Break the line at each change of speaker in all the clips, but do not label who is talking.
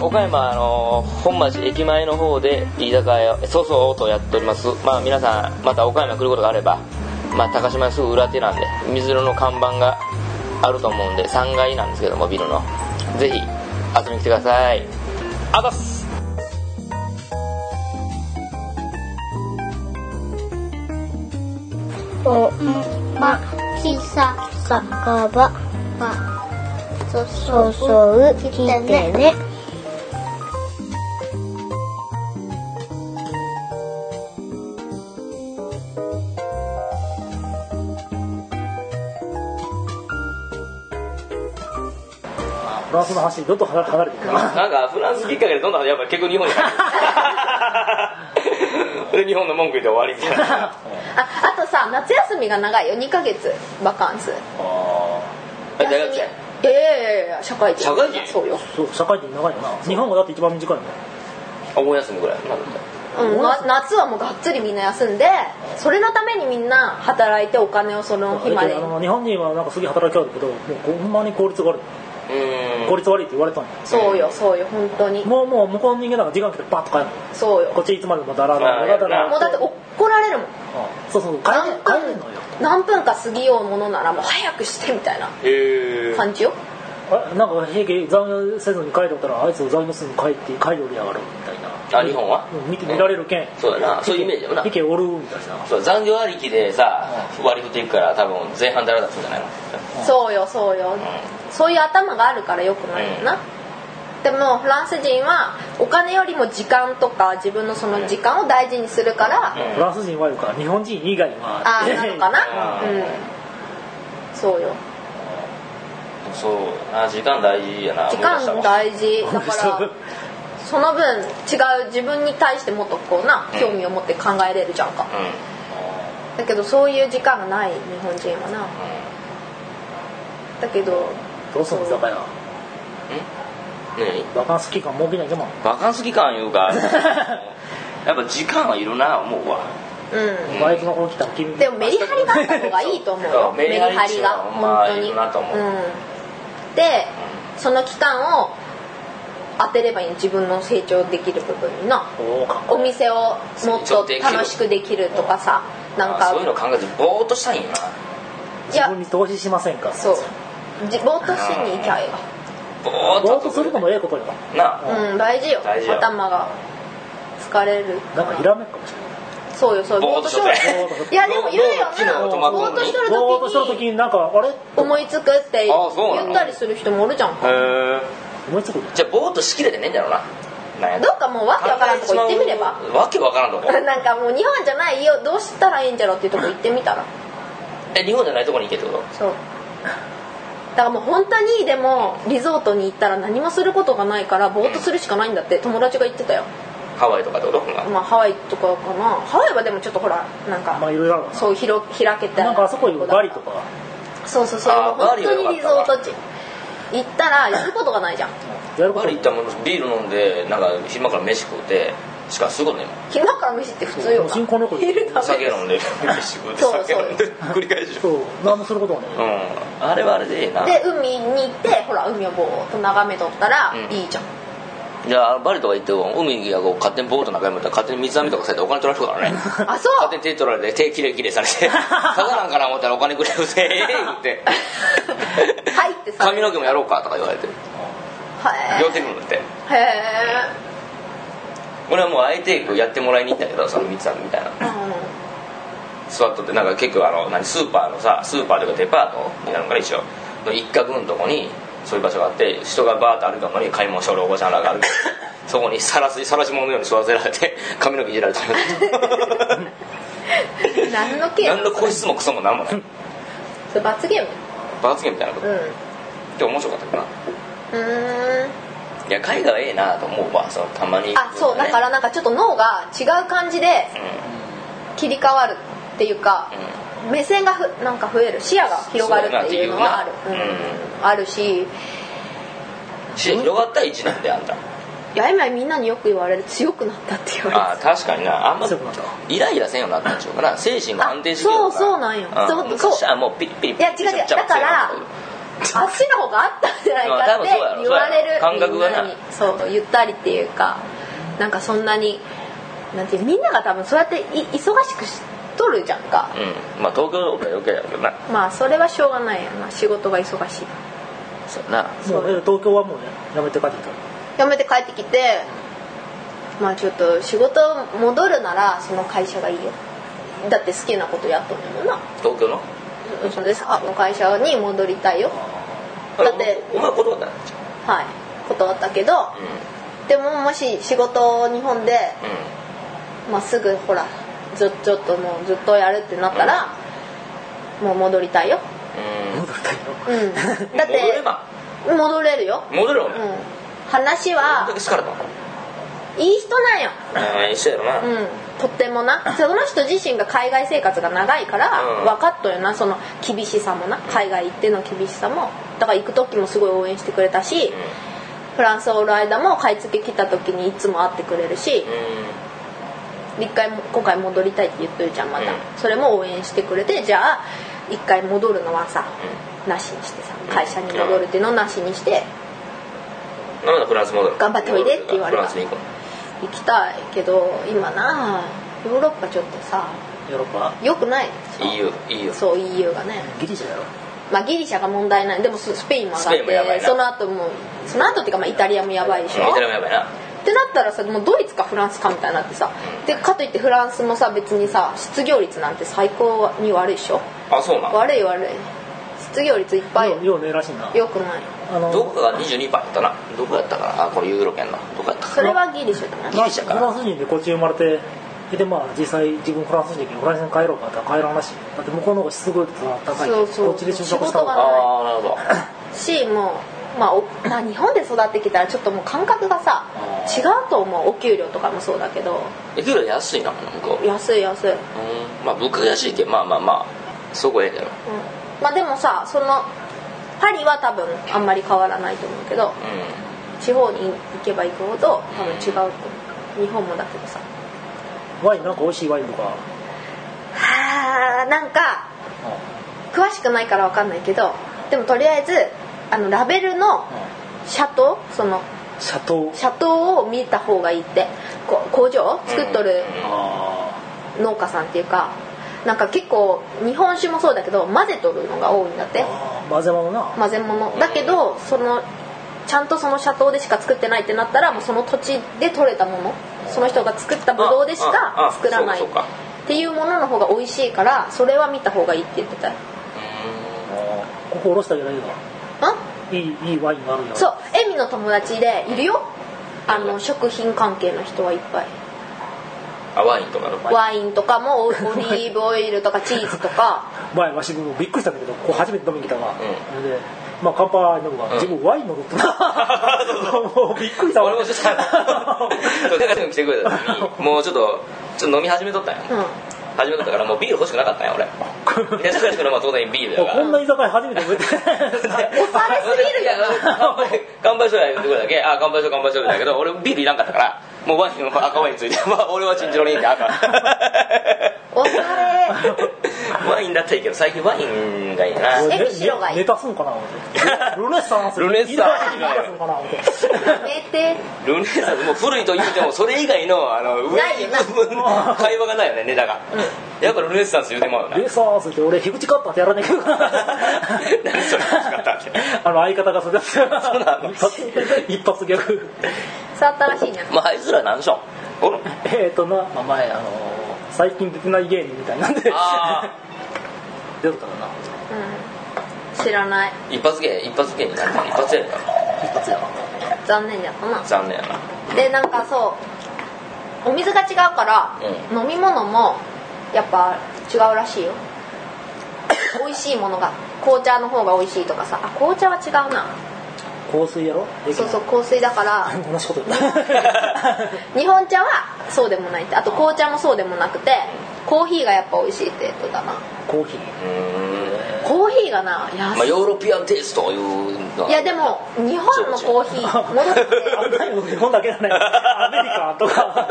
岡山、あの本町駅前の方で居酒屋そうそうとやっておりますまあ皆さんまた岡山来ることがあれば、まあ、高島屋すぐ裏手なんで水色の看板があると思うんで3階なんですけどもビルのぜひ遊びに来てくださいあざっす
おまきさかかばばそそそうきてね
フランスの話どんどん離れていくな
なんかフランスきっかけでどんどんやっぱ結局日本に で日本の文句言って終わりみたい な
ああとさ夏休みが長いよ2ヶ月バカンス
大学生
いやいやいやいや社会人
社会人
そうよ、
そう社会人長いよな日本がだって一番短いもん
お盆休みぐらいなんだっ
うん、な夏はもうがっつりみんな休んでそれのためにみんな働いてお金をその日まで
あ
に
の日本人はなんかすげえ働きあるけどもうほんまに効率が悪い
たうーん
効率悪いって言われたんよ
そうよそうよ本当に
もうもう向こうの人間なんか時間来てバッと帰る
そうよ
こっちいつまでもダラダラダラダラ
もうだって怒られるも
う
ん
んそうそう帰
何
れ帰れん
分
のよ
何分か過ぎようものならもう早くしてみたいな
へえ
感じよ
あれなんか平気残業せずに帰るったらあいつを残業せずに帰って帰りおりやがるみたいな
あ日本は
うん見て見られるけん
そうだなそういうイメージだもんな
意見おるみたいな
そう残業ありきでさ割り振っていくから多分前半だらだったんじゃないの
そうよそうよそういう頭があるからよくないよな、でもフランス人はお金よりも時間とか自分のその時間を大事にするから、
うん
フランス人はよか日本人以外は
ああなのかな
う
うんんそうよ
そうあ時間大事やな
時間
思い出したわ
大事 だからその分違う自分に対してもっとこうな興味を持って考えれるじゃんか
うん
だけどそういう時間がない日本人はなだけど
どうすんの居酒屋
何
バカンス期間設けないでもん
バカンス期間いう かやっぱ時間はいるな思うわ
うん
バイトの子来たら君
でもメリハリがあった方がいいと思う
そ
よ
う
メリハリが
メリハリっ
本当
て
に、、
いうのはまあいいなと思うん
でその期間を当てればいいの自分の成長できる部分にな
おーかっこ
お店をもっと楽しくできるとかさなん
あ
か
そういうの考えてぼーっとしたいんやない
や
自分に投資しませんか
そうじぼーっとしに行きゃえ
ぼーっと
ぼーっとするのもええことよ
なあ
えわうん大事よ
大事よ
頭が疲れる
なんかひらめくかもしれない
そうよそうよ
ぼーっとしとる
よういやでも言うよ
機能
な
が止まる
ぼ
の
ーっと
に
しとる
ぼーっとして
時
る
に
時になんかあれ
思いつくって
あそうなの
言ったりする人もおるじゃんか
へえ
思いつくの
じゃあぼーっとしきれてねえんだろうななんや
どっかもうわけわからんとこ行ってみれば
わけわからんとこ
なんかもう日本じゃないよどうしたらいいんじゃろっていうとこ行ってみたら
え日本じゃないとこに行けってこと
そうだからもう本当にでもリゾートに行ったら何もすることがないからぼーっとするしかないんだって友達が言ってたよ
ハワイとかってことうん
まあハワイとかかなハワイはでもちょっとほらなんか
まあいろいろあるわ
そう広開けて
なんかあそこよバリとか
そうそうそう
あーバ
本
リは良かった
当にリゾート地行ったらやることがないじゃん
やるこ
バ
と
リ行ったらもうビール飲んでなんか昼間から飯食うてしかもすぐ寝る
昼間から飯って普通よな
そう新婚旅行
昼食べ
酒
る
飲んで 飯食うて
そう
酒飲んで繰り返し
そ
よ
う何もすることはね
うんあれはあれでいいな
で海に行ってほら海をぼーっと眺めとったら
うん
いいじゃん、
じゃあバリとか行っても海がこう勝手にボートの中に向ったら勝手に水網とかされてお金取られるからね
あ そう
勝手に手取られて手キレイキレイさ れてただなんかな思ったらお金くれるぜ言って
はいってさ
髪の毛もやろうかとか言われて
はい
両手くるんだって
へえ
俺はもうあえてこうやってもらいに行ったけどその三つ編みみたいな座っとってなんか結構あの何スーパーのさスーパーというかデパートみたいなのから一応の一角のとこにそういう場所があって人がバーッと歩くのに買い物しょるおばちゃんらが歩いてそこにさらすさらし物のように座らせられて 髪の毛いじられてる
うん何のゲー
何
ム
の個室もクソもなんもない
それ罰ゲーム
罰ゲームみたいなこと
うんう
でも面白かったけどな
ーん
いや海外はええなと思うわそのたまに、
あそうだかららなんかちょっと脳が違う感じで切り替わるっていうか
うん、
目線がふなんか増える視野が広がるっていうのはある
そうだなっていう
うんあるし
うん、し広がったら1年であんた
いや今みんなによく言われる強くなったって言われる
あー確かになあんま
強くなった
イライラせんようになったんちゅうかな精神が安定して
あそうそうなんよそう
昔はもうピリピリ
いや違う違うだから足の方があったんじゃないかって
まあ多分そうやろ
言われ
そう
る
やろ感覚がな
みんなにそうゆったりっていうかなんかそんなになんていうみんなが多分そうやってい忙しくしとるじゃんか
うんまあ東京とか余計やけどな
まあそれはしょうがないやな仕事が忙しい
そうやな
もうえ東京はもうねやめて帰ってきた
辞めて帰ってきてまあちょっと仕事戻るならその会社がいいよだって好きなことやっとるもんな
東京の
それでさあの会社に戻りたいよだって
お前断ったんちゃ
はい断ったけど
ううん
でももし仕事を日本で、
う
まあ、すぐほらずちょっともうずっとやるってなったら、もう戻りたいよ
んうん
戻りたいよ
う んだっ
戻れ
て
ば
戻れるよ、
戻れろお
う
前
ん、
ど
話
んだ
は
け疲れたの
いい人なんよ
うん一緒やろな
うん、とってもなその人自身が海外生活が長いから
うん
分かっとるよなその厳しさもな海外行っての厳しさもだから行く時もすごい応援してくれたしフランスおる間も買い付け来た時にいつも会ってくれるし
う
一回も今回戻りたいって言っとるじゃんまた
うん
それも応援してくれてじゃあ一回戻るのはさなしにしてさ会社に戻るっていうのをなしにして
んなんだフランス戻る
頑張っておいでって言わ
フ
れた
ランスに行こ
行きたいけど今なヨーロッパちょっとさ
ヨーロッパ
良くない
いいよいいよ
そう EU がね
ギリシャやろ
まあ、ギリシャが問題ないでもススペインも上
スペインもや
が
ば
っ
い
て
な
その後もその後っていうかまあイタリアもやばいでしょ
イ
っ
タリアもやばいな
てなったらさもうドイツかフランスかみたいになってさでかといってフランスもさ別にさ失業率なんて最高に悪いでしょ
あそうなの
悪い悪い失業率いっぱいよ
ようねえらしいな
よくない
あの
どこが22%やったなどこやったかなあこれユーロ圏のどこやった
そ
か
れ
な
はギリシャじゃない
ギリシャか
フランス人でこっち生まれてでまあ実際自分フランス人でフランスに帰ろうかって帰らんらしいだって向こうの方がすごい高い
そうそう
こっちで就職した方
仕事が
が
ああなるほど
しもう、まあ、おまあ日本で育ってきたらちょっともう感覚がさ
あー
違うと思うお給料とかもそうだけど
え給料安いな向こう
安い安い
うんまあ物価が安いけんまあまあまあそこええんだろ
うんまあでもさそのパリは多分あんまり変わらないと思うけど
う
地方に行けば行くほど多分違うと思う日本もだけどさ
ワインなんか美味しいワインとか
はあなんか
う
詳しくないから分かんないけどでもとりあえずあのラベルの
んうん
シャトーその
シャトー
シャトーを見た方がいいってこう工場作っとる
あ
農家さんっていうかなんか結構日本酒もそうだけど混ぜとるのが多いんだっ
ー
て
あー混ぜ物な
混ぜ物だけどそのちゃんとそのシャトーでしか作ってないってなったらもうその土地で採れたものその人が作った
ん
ブドウでし
ああ
か
あ
作らないっ
そうか
ていうものの方が美味しいからそれは見た方がいいって言ってたよ
そうかう
ここおろしたじゃないよ
ん
いいいいワインがあるよ
そうエミの友達でいるよあの食品関係の人はいっぱい
んあワインとかの
ワインとかもオオリーブオイルとかチーズとか
前わしもうびっくりしたんだけどここ初めて飲みに来たわ、
う
でまあ乾杯飲むわ、
うん
自分ワイン飲むってもうびっくりしたわ
俺もちょっと あのそう高橋君来てくれた時 にもうちょっとちょっと飲み始めとったんよ
うん
始めとったからもうビール欲しくなかったん よ俺で高橋君のまあ当然ビールやから
こんな居酒屋初めて覚え て
れ すぎるやろ
いや乾杯乾杯しようや言ってくれだけあ乾杯しよう乾杯しようだけど俺ビールいらんかったからもうワインは赤ワインついて まあ俺はチンジロリンで赤
おしゃれ
ワインだったらいいけど最近ワインがいいな
俺
え白がいい
ネネタすんかな思ってルネッサンス
ルネッサンス
いいなネタすんかな思って
めて
ルネーサンスもう古いと言ってもそれ以外のあの上
ない
に
よ
行
な
く分の会話がないよねネタが、やっぱルネーサンス言うてもらうな
ルネッサンスって俺樋口カッターってやらなきゃいけど
何それ樋口カッターって
あの相方がそれだった
そうなの
一発一発ギャグ
触ったらしいじゃん
まああいつら何でしょうおる
えーとな、まあ、前あのー最近出てない芸人みたいなんで
あ
出るからな
うん知らない
一発芸一発芸になった一発やるから
一発やな
残念やったな
残念やな
でなんかそうお水が違うから、飲み物もやっぱ違う らしいよ美味しいものが紅茶の方が美味しいとかさあ紅茶は違うな
香水やろ
そうそう香水だから
同じこと言った
日本茶はそうでもないってあと紅茶もそうでもなくてコーヒーがやっぱ美味しいって言っとったな
コーヒ
う
ー
ーん
コーヒーがな安い
まあ、ヨーロピアンテイストいうの
いやでも日本のコーヒー戻って
危ないの日本だけだねアメリカとか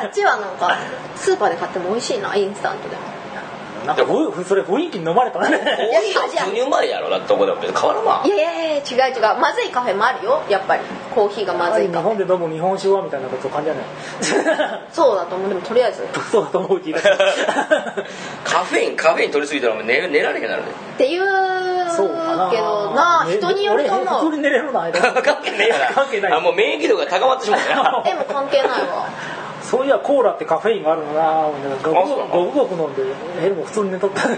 あっちはなんかスーパーで買っても美味しいなインスタントでも
なんかふふそれ雰囲気に飲まれた
コー
ね
ヒーは普通にうまいやろだってこでも別に変わらんわ
いやいやいや違う違うまずいカフェもあるよやっぱりコーヒーがまずい
日
カフ
本
ェ
で飲む日本酒はみたいなこと感じじゃない
そうだと思うでもとりあえず
そうだと思うけど
カフェインカフェイン取りすぎたらもう寝寝られへんなるで
っていう
そうかな
けどな
ね
人によると
俺
思
普通
う
に寝れるの間
関係ねえから
関係ない
あもう免疫力が高まってしまう な
でも関係ないわ
そういやコーラってカフェインがあるのなぁ思いながら
あそうなの
ゴクゴク飲んでえもう普通に寝とった
うん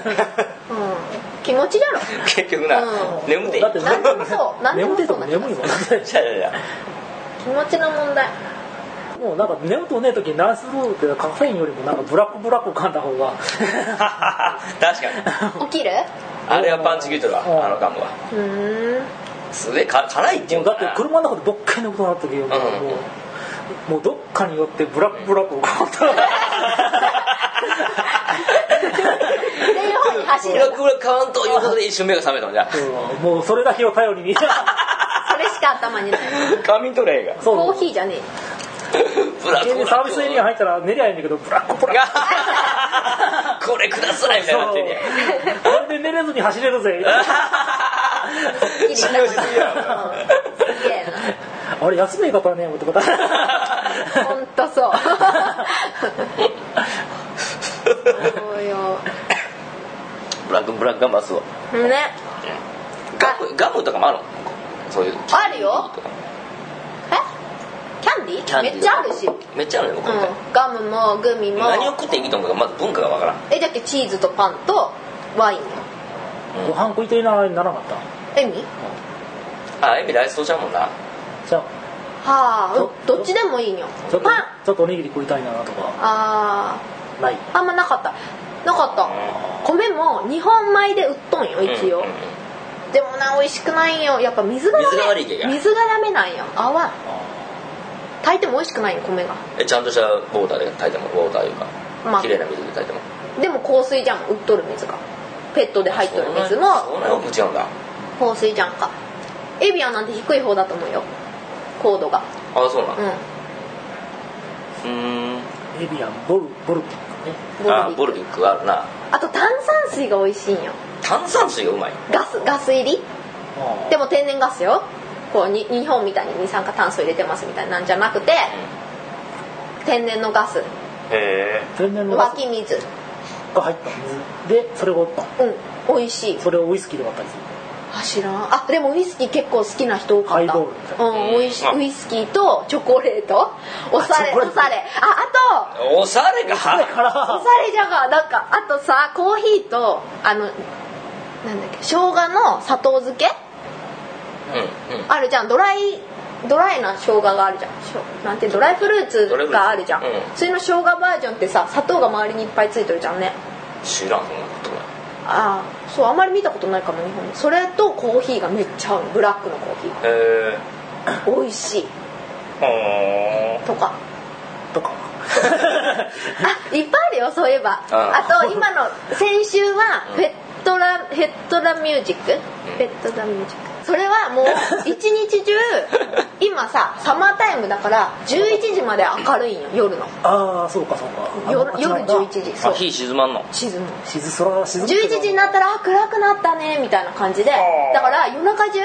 気持ちだろ
結局な、
うん
眠っていい
だ って
何でもそう何で
眠
も
って
そ
と
う
も
な
眠いもんだって
じゃあじゃあじゃ
気持ちの 問題
もうなんか眠とねえ時にナースルーってカフェインよりもなんかブラックブラック噛んだ方が
あ 確かに
起きる
あれはパンチ効いてるわ
うん
あのガムは
うーん
すげえか辛いってい
も
う
う
か
だ
な
って車の中でどっかに眠くなった時はもう,、もうもうどっかによってブラックブラックを噛ん だ
っていう方に走
ブ
る
ラクブラ買わんということで一瞬目が覚めたのじゃ
うんもうそれだけを頼り に
それしか頭にない
仮眠取れへんが
そう
コーヒーじゃねえ
ブラ
急
ブ
に
ラ
サービスエリア入ったら寝りゃいいんだけどブラックブラック
が これくださいみたいになってんねや
そうこれで寝れずに走れるぜみたいな
信用しすぎやろ
うんすげえな
あれ休めんかったね思ってこと
本当 そう。そうよ。
ブラックブラックガムはすごい
ね。
ガムガムとかもあるのそういう
あるよえ？キャンディー？
キャンディー
めっちゃあるし。う
めっちゃあるね僕みたい
ん。ガムもグミも。
何を食っていいと思うかまず文化がわからん
えだってチーズとパンとワインよ。
ご飯食いといながらにならなかった
えみ？
あエミライスとちゃうもんな
じゃあ
はあ。
ちょ
うんどっちでもいいよ
ちょっ。と
パン。
ちょっとおにぎり食いたいなとか
あ
ない
あ。あんまなかった。なかった。米も日本米で売っとんよ一応
うんうん。
でもな美味しくないんよ。やっぱ水がダメ。
水が悪いけや
水がダメなんよ。泡。
あ
炊いても美味しくないよ米が。
えちゃんとしたウォーターで炊いてもウォーターいうか
まあ
綺麗な水で炊いても
でも香水じゃん売っとる水がペットで入っとる水
そ
も
んなよく違うんだ
香水じゃんかエビアンなんて低い方だと思うよ高度が
あそうなん
うん
うん
エビアンボルボルね
あ
ボ
ボ
ル
ル
ビ
ビックあるな
あと炭酸水が美味しいんよ
炭酸水がうまい
ガスガス入り
あ
でも天然ガスよこうに日本みたいに二酸化炭素入れてますみたいなんじゃなくて天然のガス
へ
天然のガ
湧
ス
き水
が入った水でそれを
うん美味しい
それをウイスキーで割ったりする
あ知らんあでもウイスキー結構好きな人多かった
ハイボールみたいな
うん、おいし
うん
ウイスキーとチョコレートおされ
あチョコレー
お
ト
されああ
えおしゃれが
か
とお
ら
されじゃがなんかあとさコーヒーとあのなんだっけ生姜の砂糖漬け
うんうん
あるじゃんドライドライな生姜があるじゃんしょなんてドライフルーツがあるじゃん、
ドライフルーツうん
それの生姜バージョンってさ砂糖が周りにいっぱいついてるじゃんね
知らんそんなことない
ああそうあんまり見たことないかも日本にそれとコーヒーがめっちゃ合うのブラックのコーヒ
へ
ー美味しい
え
とか
とか
あいっぱいあるよそういえばあ
あ
と今の先週は
うん
フェットラフェットラミュージックフェットラミュージックそれ はもう一日中今さサマータイムだから11時まで明るいんよ夜の
ああそうかそうか
夜夜11
時
時そ
あ
う
火沈まんの
沈む
静空静
11時になったらあ暗くなったねみたいな感じでだから夜中中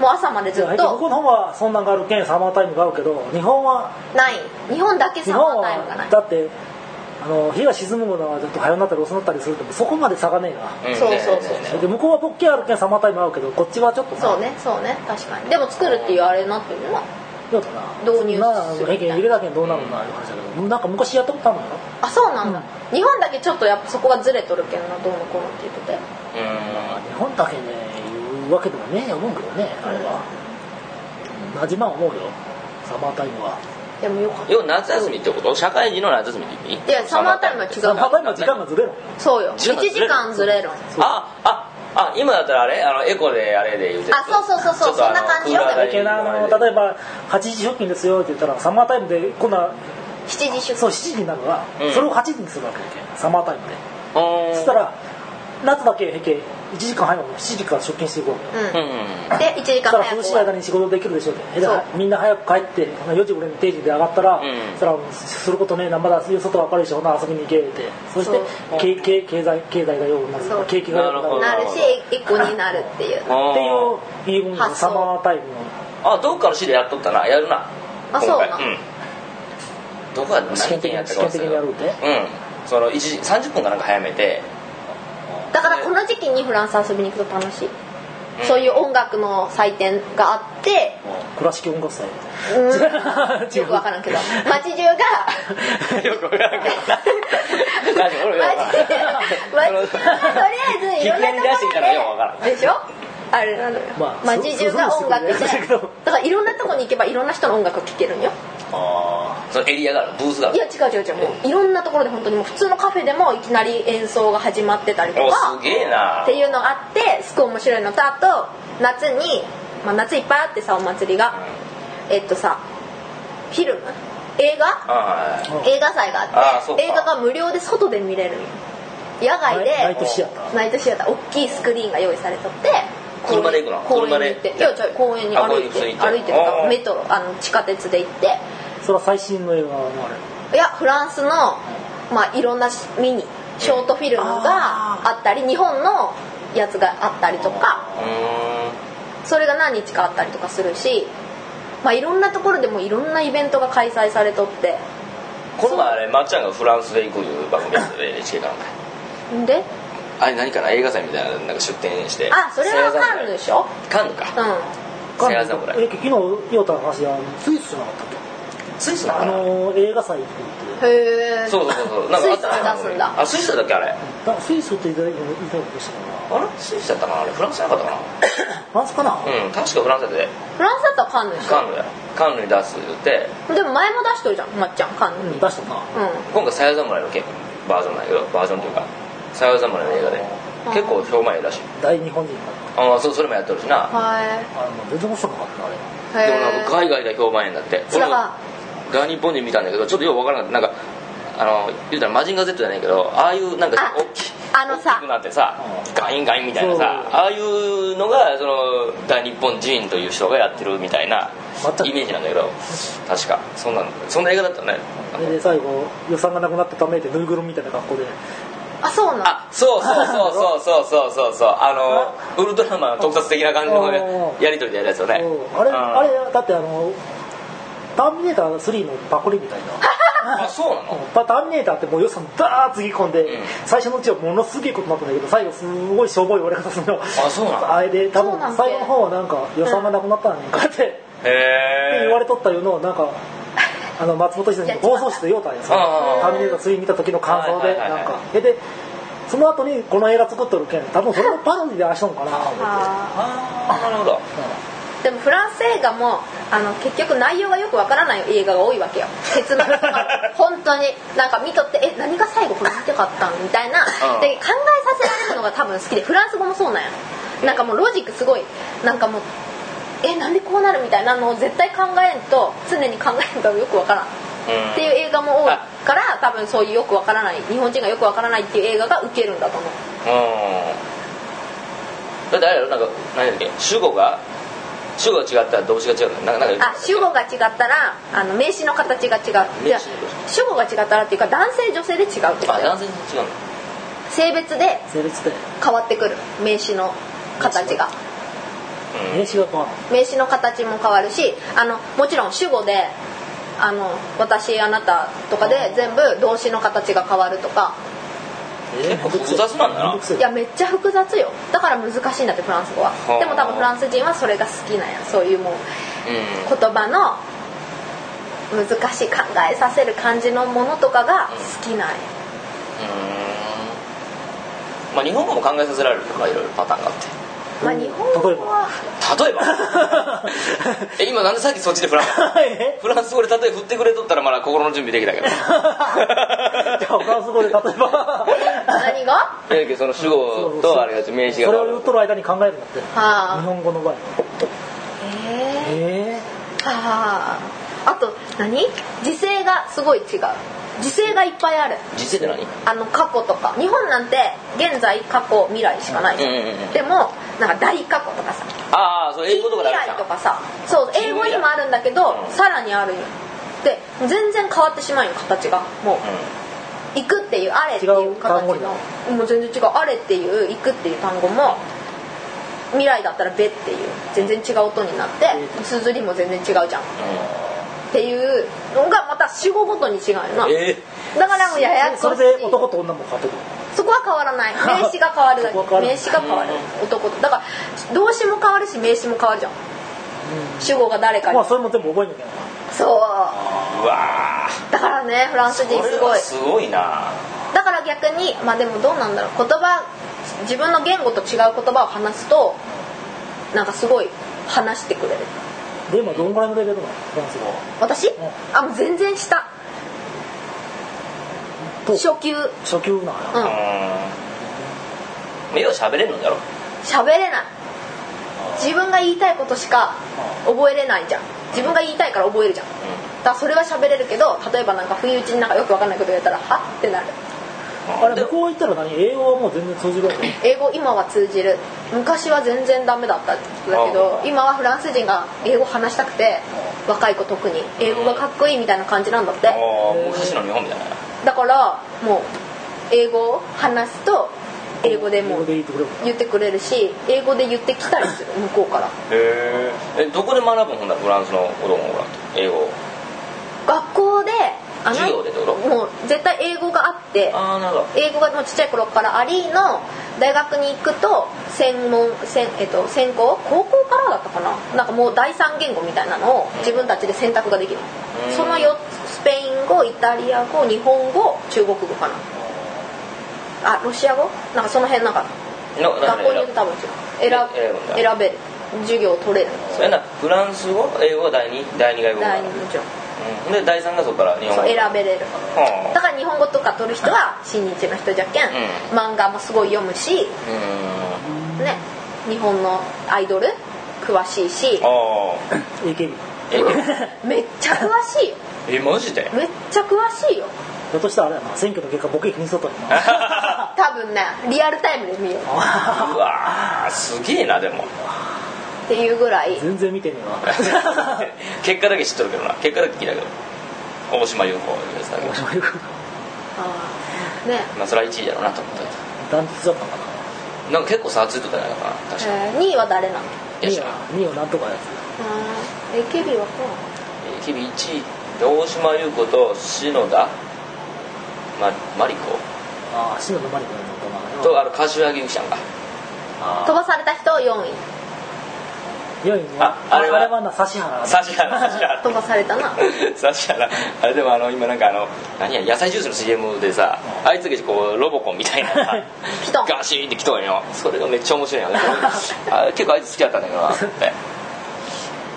もう朝までずっ
向ことうの方はそんなんがあるけんサマータイムがあるけど日本は
ない日本だけ
日
サ
本
マータイムがな
はいだってあの日が沈むのがちょっと早になったり遅くなったりするとそこまで差がねえな
うん
そうそうそう
ねえねえね
で向こうはポッケあるけんサマータイム合うけどこっちはちょっとな
そうねそうね確かにでも作るっていうあれになってるな
どうかな
導入
まあ
する
平均入れたけんどうなるのかいう話だけどなんか昔やったことあるのよ
あそうなんだ、
う
日本だけちょっとやっぱそこがずれとるけどなどうのこうのって言ってて
えうん
日本だけね言うわけでもねえ思うけどねあれはなじまん思うよサマータイムは
でもよかっ
要は夏休みってこと社会人の夏休みって言ってい
いやサマータイムは違う
サマータイムは時間がずれる
たそうよ1
時間ずれる
時間ずれる
あああ今だったらあれあのエコであれで言うて
あそうそうそうそ
ちょ
う
っとあの
そんな感じよ
クーラー
だ
台
けどあの例えば8時出勤ですよって言ったらサマータイムでこんな
7時出
そう
勤
7時になるのは、
うん
それを8時にするわけだけんサマータイムで
うーん
そしたら夏だけ平均1時間早く7時から出勤していこうみたいな
うん
うん
で1
そし
時間
たら
早く
涼し
終
い
わ
間
る
に仕事できるでしょうってで
そう
みんな早く帰ってほな4時俺の定時で上がったら、
ん
そしたらすることねえなまだ外明るいしほな遊びに行けってそして
そう
経経経済経済が良くなる
そう
景気が良くなる
に
なるし1個になるっていう
あー
っていう言い分の
発想
サマータイムの
あどっかの市でやっとったなやるな
あそうなん
んどこやった
試験的に試験的にやるって
うんその1時30分かなんか早めて
だからこの時期にフランス遊びに行くと楽しい、
ん
そういう音楽の祭典があって、
倉敷音楽祭
うん、よ
違う
くわからんけど街中 が
よくわ からんかった大 丈夫俺よくわからん
街中がとりあえずいろんな
引き合いに出してき
とこ
たのよくわから
ろででしょあれなのよ、
まあ
街中が音楽で
そうそう
だからいろんなとこに行けばいろんな人の音楽が聴けるんよ
あーそのエリアがあるブースがあ
い
る
や違う違う違うもういろんなところで本当にもう普通のカフェでもいきなり演奏が始まってたりと
お
か
すげえな
っていうのがあってすごい面白いのとあと夏に、まあ、夏いっぱいあってさお祭りがえっとさフィルム映画
あー
映画祭が
あ
あ
ーそうか
って映画が無料で外で見れるんよ野外で
ナイナイトシアター
ナイトシアター大きいスクリーンが用意されとって
車で行くの
公園に行って
車で
いや違う公園に
あ公
歩
園に
い
普
て
通に行って
歩いてるか
あー
メトロあの地下鉄で行って
それは最新の映画のあれ
いやフランスの、まあ、いろんなミニショートフィルムがあったり日本のやつがあったりとか
う
それが何日かあったりとかするし、まあ、いろんなところでもいろんなイベントが開催されとって
ーんこの前あれまっちゃんがフランスで行くいう番組やってたで NHK かなんか
んで
あれ何かな映画祭みたいななんか出展して
あそれはカンヌでしょ
カンヌ
う
か
ん
セーラー侍
え昨日ヨウタの話であのスイスじゃなかったっけ
スイスなの
あ
かな
の映画祭って言って
へえ
そうそうそうそうなんかあったな
スイスで出すんだ
あスイスだっけあれあ
だスイスって言ったらいいの言いたいことでしたか
れスイスだったかなあれフランスじゃなかったか
なフランスかな、
なうん確かフランスだったで
フランスだったらカンヌでし
カンヌやカンヌに出すって
ょでも前も出しとるじゃんまっちゃんカン
う
ヌに
ん、出したな
うん
今回「さよ侍」の結構バージョンだけどバージョンというか「さよ侍」の映画で結構評判いいらしい
大日本人
ああそうそれもやってるしな
は
あの全然面白くなかったなあれ
い
でもなん
へ
か海外で評判いいんだって
えだから
大日本人見たんだけどちょっとよくわからなかったなんかあの言うたら「マジンガー Z」じゃないけどああいうなんか
あ
大きい
あのさ
大きくなってさガインガインみたいなさ
そう
ああいうのがその大日本人という人がやってるみたいな
全く
イメージなんだけど確かそんなそんな映画だったね
それで最後予算がなくなったためでぬいぐるみみたいな格好で
あそうなん
あそうそうそうそうそうそうそうそうあのウルトラマンの特撮的な感じの
あ
やり取りでやるやつよね
うんあれ
うん
あれだってあのターミネーター3のパクリみたいな
あそうなの
うんターミネーターってもう予算ダーッつぎ込んで、
ん
最初のうちはものすげえことになったんだけど最後すごいしょぼい終わり方するのあ
そうなの
あれで多
そうなん
分
だ
最後の方はなんか予算がなくなったんやんかって、って
へえ
言われとったいうの をなんかあの松本人志の暴走室で言うたんやさ
ああ
ターミネーター3見た時の感想で
はいはいはいは
ないんかえでその後にこの映画作っとるけん多分それのパロディであしとんかなと思って
あ
ああなるほど
ーでもフランス映画もあの結局内容がよくわからない映画が多いわけよ結末とか本当になんか見とってえ何が最後これ見てかったんみたいな
うん
で考えさせられるのが多分好きでフランス語もそうなんやなんかもうロジックすごいなんかもうえなんでこうなるみたいなのを絶対考えんと常に考えんとよくわからんっていう映画も多いから多分そういうよくわからない日本人がよくわからないっていう映画がウケるんだと思う
うんだってあれやろなんか何だっけ主語が主語が違ったら動詞が違うのなんかなんか
あ主語が違ったらあの名詞の形が違ういや
名詞の形
主語が違ったらっていうか男性女性で違うってこと
あ
だよ
男性と違うの
性別で
性別で
変わってくる名詞の形が
名刺が変わる
名詞の形も変わるしあのもちろん主語であの私あなたとかで全部動詞の形が変わるとか
結構複雑なんだな
めんどくせえ
い やめっちゃ複雑よだから難しいんだってフランス語は
あ
でも多分フランス人はそれが好きなんやそういうもう
うん
言葉の難しい考えさせる感じのものとかが好きなんや
まあ日本語も考えさせられるとかいろいろパターンがあって
まあ日本語
例えば
は
例えばえ今なんでさっきそっちでフランス
え
フランス語で例え振ってくれとったらまだ心の準備できたけど
じゃあフランス語で例えば
何が
ええけど その主語とあれが名詞が
それを言っとる間に考えるんだって日
はあ
本語の場合
へえ
え
はああと何時勢がすごい違う時制がいっぱいある
実際って
あの過去とか日本なんて現在過去未来しかないじゃん、
うんうんうんうん
でもなんか大過去とかさ
何ああそう英語とかである
未
じゃん
来とかさそう
近未来
英語にもあるんだけど、
うん
さらにあるよで全然変わってしまうよ形がもう行くっていうあれってい
違
う形
う単語
の
にな
もう全然違うあれっていう行くっていう単語も未来だったらべっていう全然違う音になって綴りも全然違うじゃんっていうのがまた主語ごとに違うよな
うん、え
だからもうややこしい
それで男と女も変わってくる
そこは変わら ない名詞が変わるだけ
そこは変わらない
名詞が変わる男とだから動詞も変わるし名詞も変わるじゃん主語が誰かに
まあそれも全部覚えなきゃいけない
そう
ー、うわー
だからねフランス人
これ
すご
はいすごいな
だから逆にまあでもどうなんだろう言葉自分の言語と違う言葉を話すとなんかすごい話してくれる
で今どんぐらいのレベルなのフランス語は
私
ん
あもう全然下
と
初級うん
初級なのよ
うん目を喋れんのだろ
喋れない自分が言いたいことしか覚えれないじゃん自分が言いたいから覚えるじゃんだからそれは喋れるけど例えばなんか不意打ちになんかよく分かんないこと言われたらはってなる
あれ向こう行ったら何英語はもう全然通じるわけ
英語今は通じる昔は全然ダメだったんだけど
あ
今はフランス人が英語話したくて若い子特に英語がかっこいいみたいな感じなんだって
ああ昔の日本みたいな
だからもう英語を話すと英語で
英
も
語
う
で言ってくれる
言ってくれるし英語で言ってきたりする向こうから
へえどこで学ぶんほんだフランスの子供ほら英語
学校であの
授業でってこと
もう絶対英語があって
ああなんか
英語がもうちっちゃい頃からありの大学に行くと専門専,、えっと、専攻高校からだったかななんかもう第三言語みたいなのを自分たちで選択ができる
うん
その4つスペイン語イタリア語日本語中国語かなあロシア語なんかその辺なんか
のなんか
学校によって多分違う選
え選ぶんだ
べ選べる授業を取れる
それなフランス語英語が第二第二外国語
第
な
二
の
もちろん
うんで第三がそこから日本
そ
語
う選べれる
は
だから日本語とか取る人は親日の人じゃけん、
う
漫画もすごい読むし
あうん
ね日本のアイドル詳しいし
あ
AKB
あえ
めっちゃ詳しいよ
えマジ で
めっちゃ詳しいよ
だとしたらあれやな選挙の結果ボケ気にしと ったよな
多分ねリアルタイムで見よう
うわーすげえなでも
っていうぐらい
全然見てね えな
結果だけ知っとるけどな結果だけ聞いたけど大島優子のやつだけど
そういう
あーね
まあそれは1位だろうなと思ったけ
ダントツだったのかな
どなんか結構差ついとったんじゃないかな確か
えー、2位は誰なの
に
2
よ
は2はなんとかや
えー AKB はこ
日々1位で大島優子と篠田まマリコ
つああ篠田真理子のこと
と
な
あの柏木由紀ちゃんか
う飛ばされた人4位
4位には
ああ
あ
れ
れ
は
はな指原
指原指 原
飛ばされたな
指原あれでもあの今なんかあの何や野菜ジュースの CM でさあいつだけこうロボコンみたいなさ
ピトン
ガシーンって来とんよそれがめっちゃ面白いんや ねあ結構あいつ好きだったんだけどなって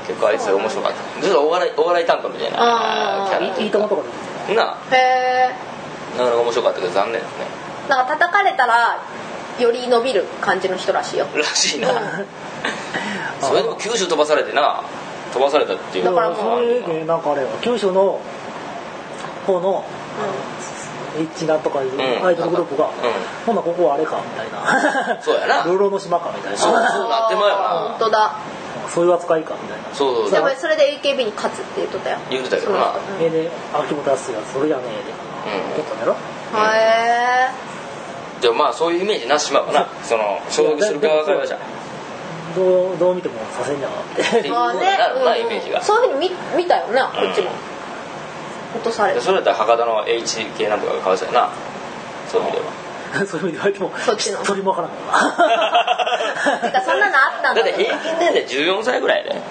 結構あいつ面白かったずっとお笑いお笑い担当みたいな
あー
キャラ
いいともとかで
なあ
へえ
なかなか面白かったけど残念ですね
んか叩かれたらより伸びる感じの人らしいよ
らし いなそれでも九州飛ばされてな飛ばされたっていう
だからもう
あ
そう
る
い
な
うねなんかあれは九州の方のエッチなんとかいうアイドルグループが、
うん
ほんなここはあれかみたいな
そうやな
流浪の島かみたいな
そう
なんか
そうなってまうよな
本当だ
そういう扱いかみたいな
そうそう
で
そう
もそれで AKB に勝つって言っとったよ
言うてたけどな
そう
ええで秋元康がそれやねえで
う
撮ったんやろ
うんへ
ん
え
でもまあそういうイメージなしまうわなその衝撃する側からじゃ
どうどう見てもさせんじゃなって
っていうよう
まあ
な
ね
なる
うんう
なんイメージが
そういうふうに見見たよねこっちも、落とされ
で
る
それだったら博多の H 系なんとかがかわいそうやなそう見れば
そういう意味で言われても
そっちの
一人もわからんか ら
てかそんなのあった
だ
ん
っ
だ
て平均年齢14歳ぐらいやで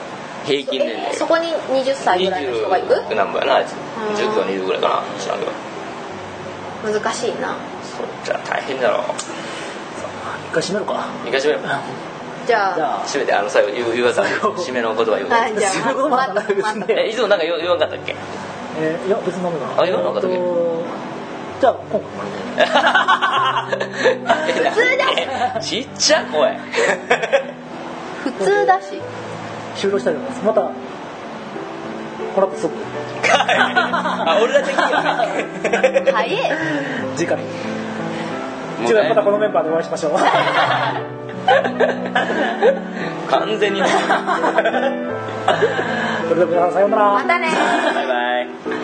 平均年
え
齢
そこに20歳ぐらいの人が行
20何ぼやなあいつ19か20ぐらいかな知らんけど
く難しい
そ
な
っちゃ大変だろ
一回閉めるか
一回閉めよう
じゃあ
じゃあ
閉めてあの最後言う言わさん締めの言葉言う
はいじゃ
そういうこともあ
あ
ったんですね
まま
えいつもなんか言わ言わんかったっけ
えーいや別に飲むな
あいやなんかだけ
えーとじゃあ今回これで
普
通だ
ちっちゃ 声
普通だし
終了したいと思いますまたもらってすぐ
あ俺だけ聞いてる
早い
次回 次回またこのメンバーでお会いしましょう
完全にバ
それでは皆さんさようなら
またね
イバイ